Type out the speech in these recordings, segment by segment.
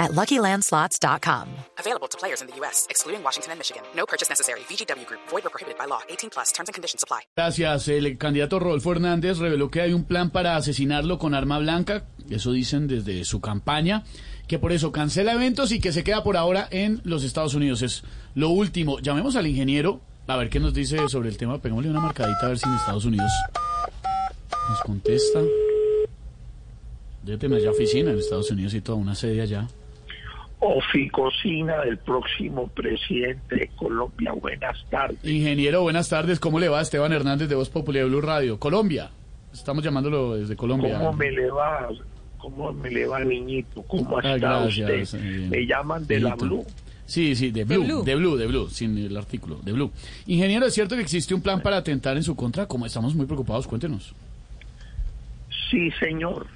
at luckylandslots.com. Available to players in the U.S., excluding Washington and Michigan. No purchase necessary. VGW Group, void or prohibited by law. 18 plus terms and conditions apply. Gracias. El candidato Rodolfo Hernández reveló que hay un plan para asesinarlo con arma blanca, eso dicen desde su campaña, que por eso cancela eventos y que se queda por ahora en los Estados Unidos. Es lo último. Llamemos al ingeniero a ver qué nos dice sobre el tema. Pegámosle una marcadita a ver si en Estados Unidos nos contesta. Debe tener ya oficina en Estados Unidos y toda una sede allá. oficina del próximo presidente de Colombia. Buenas tardes. Ingeniero, buenas tardes. ¿Cómo le va? Esteban Hernández de Voz Popular Blue Radio. Colombia. Estamos llamándolo desde Colombia. ¿Cómo me le va? ¿Cómo me le va, niñito? ¿Cómo Ah, ha estado gracias, usted? muy bien. Me llaman de la Niñito. Blue. Sí, sí, de Blue, de Blue, de Blue, sin el artículo, de Blue. Ingeniero, ¿es cierto que existe un plan para atentar en su contra? Como estamos muy preocupados, cuéntenos. Sí, señor.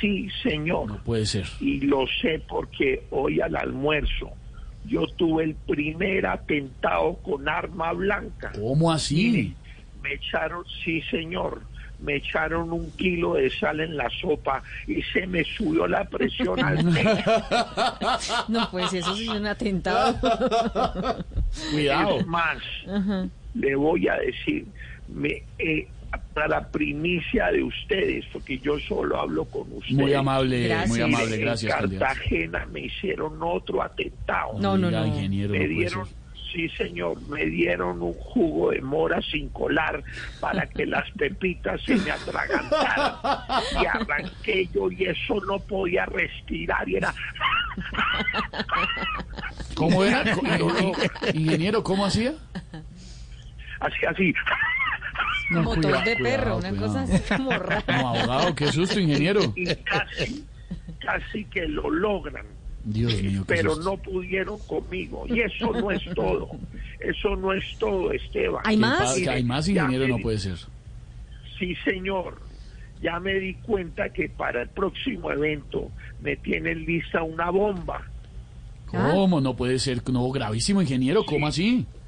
Sí, señor. No puede ser. Y lo sé porque hoy al almuerzo yo tuve el primer atentado con arma blanca. ¿Cómo así? me echaron, sí señor, me echaron un kilo de sal en la sopa y se me subió la presión al pecho. No, pues eso sí es un atentado. Cuidado. Es más, le voy a decir, me, eh, para primicia de ustedes, porque yo solo hablo con ustedes. Muy amable, Gracias. muy amable, En gracias, candidato. Cartagena me hicieron otro atentado. No, no, Oiga, no. ingeniero, no me puede ser. dieron, sí señor, me dieron un jugo de mora sin colar para que las pepitas se me atragantaran. Y arranqué yo y eso no podía respirar y era... ¿Cómo era? Co- Ingeniero, ¿cómo hacía? Así, así. No, Motor cuidado, de cuidado, perro, una cuidado. cosa así como rara. Como abogado, qué susto, ingeniero. Y casi, casi que lo logran. Dios mío, qué pero susto. no pudieron conmigo. Y eso no es todo. Eso no es todo, Esteban. Hay Qué más. padre, que Hay más, Ya ingeniero, me no di- puede ser. Sí, señor. Ya me di cuenta que para el próximo evento me tienen lista una bomba. Ah. ¿Cómo? No puede ser. No, gravísimo, ingeniero, ¿cómo así?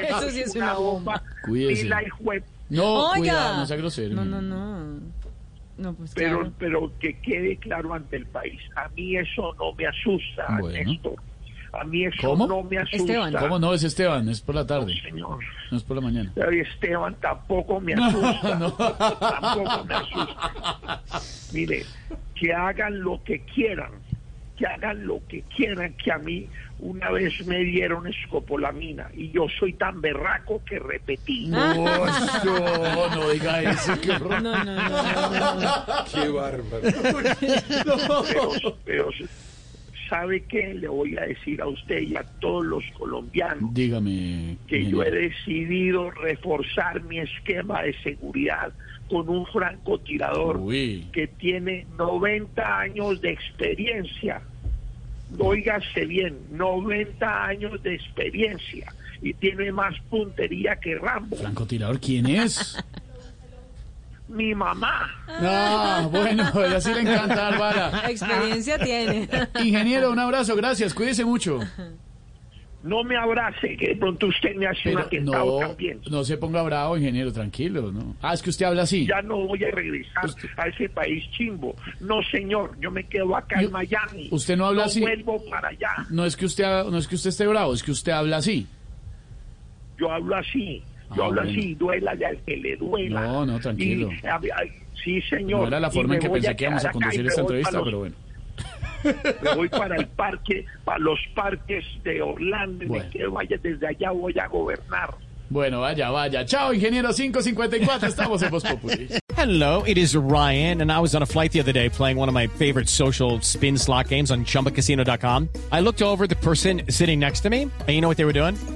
Eso sí es una bomba. Cuídese. Y la hijuep- No, Oiga. cuidado, no sea grosero. No, ingeniero. no, no. No, pues pero, claro. pero que quede claro ante el país. A mí eso no me asusta, Bueno. Néstor. A mí eso ¿Cómo? no me asusta. Esteban. ¿Cómo no es Esteban? Es por la tarde, Señor. no es por la mañana. Pero Esteban tampoco me asusta. Tampoco me asusta. Mire, que hagan lo que quieran. Que hagan lo que quieran. Que a mí una vez me dieron escopolamina. Y yo soy tan berraco que repetí. No, no diga eso. Qué horror. No, no, no, no, no. Pero ¿sabe qué? Le voy a decir a usted y a todos los colombianos. Dígame. que yo he decidido reforzar mi esquema de seguridad con un francotirador Uy. que tiene 90 años de experiencia. Óigase bien, 90 años de experiencia y tiene más puntería que Rambo. Francotirador, ¿quién es? Mi mamá. Ah, bueno, a ella sí le encanta dar bala. Experiencia tiene. Ingeniero, un abrazo, gracias, cuídese mucho. No me abrace, que de pronto usted me hace un Pero atentado no, también. no se ponga bravo, ingeniero, tranquilo, ¿no? Ah, es que usted habla así. Ya no voy a regresar a ese país chimbo. No, señor, yo me quedo acá Yo- en Miami. usted no habla así. vuelvo para allá. No es que usted, ha- no es que usted esté bravo, es que usted habla así. Yo hablo así. Yo Ah, hablo bueno. así, duela ya el que le duela. No, no, tranquilo. Y, ay, ay, sí, señor. No era la Y forma me en que voy pensé que íbamos a quedar acá y conducir me esta voy entrevista, para los- pero bueno. Me voy para el parque, para los parques de Orlando, y me Bueno. quedo allá, desde allá voy a gobernar. Bueno, vaya, vaya. Chao, ingeniero 554. Estamos en Voz Populi. Hello, it is Ryan, and I was on a flight the other day playing one of my favorite social spin slot games on chumbacasino.com. I looked over at the person sitting next to me, and you know what they were doing?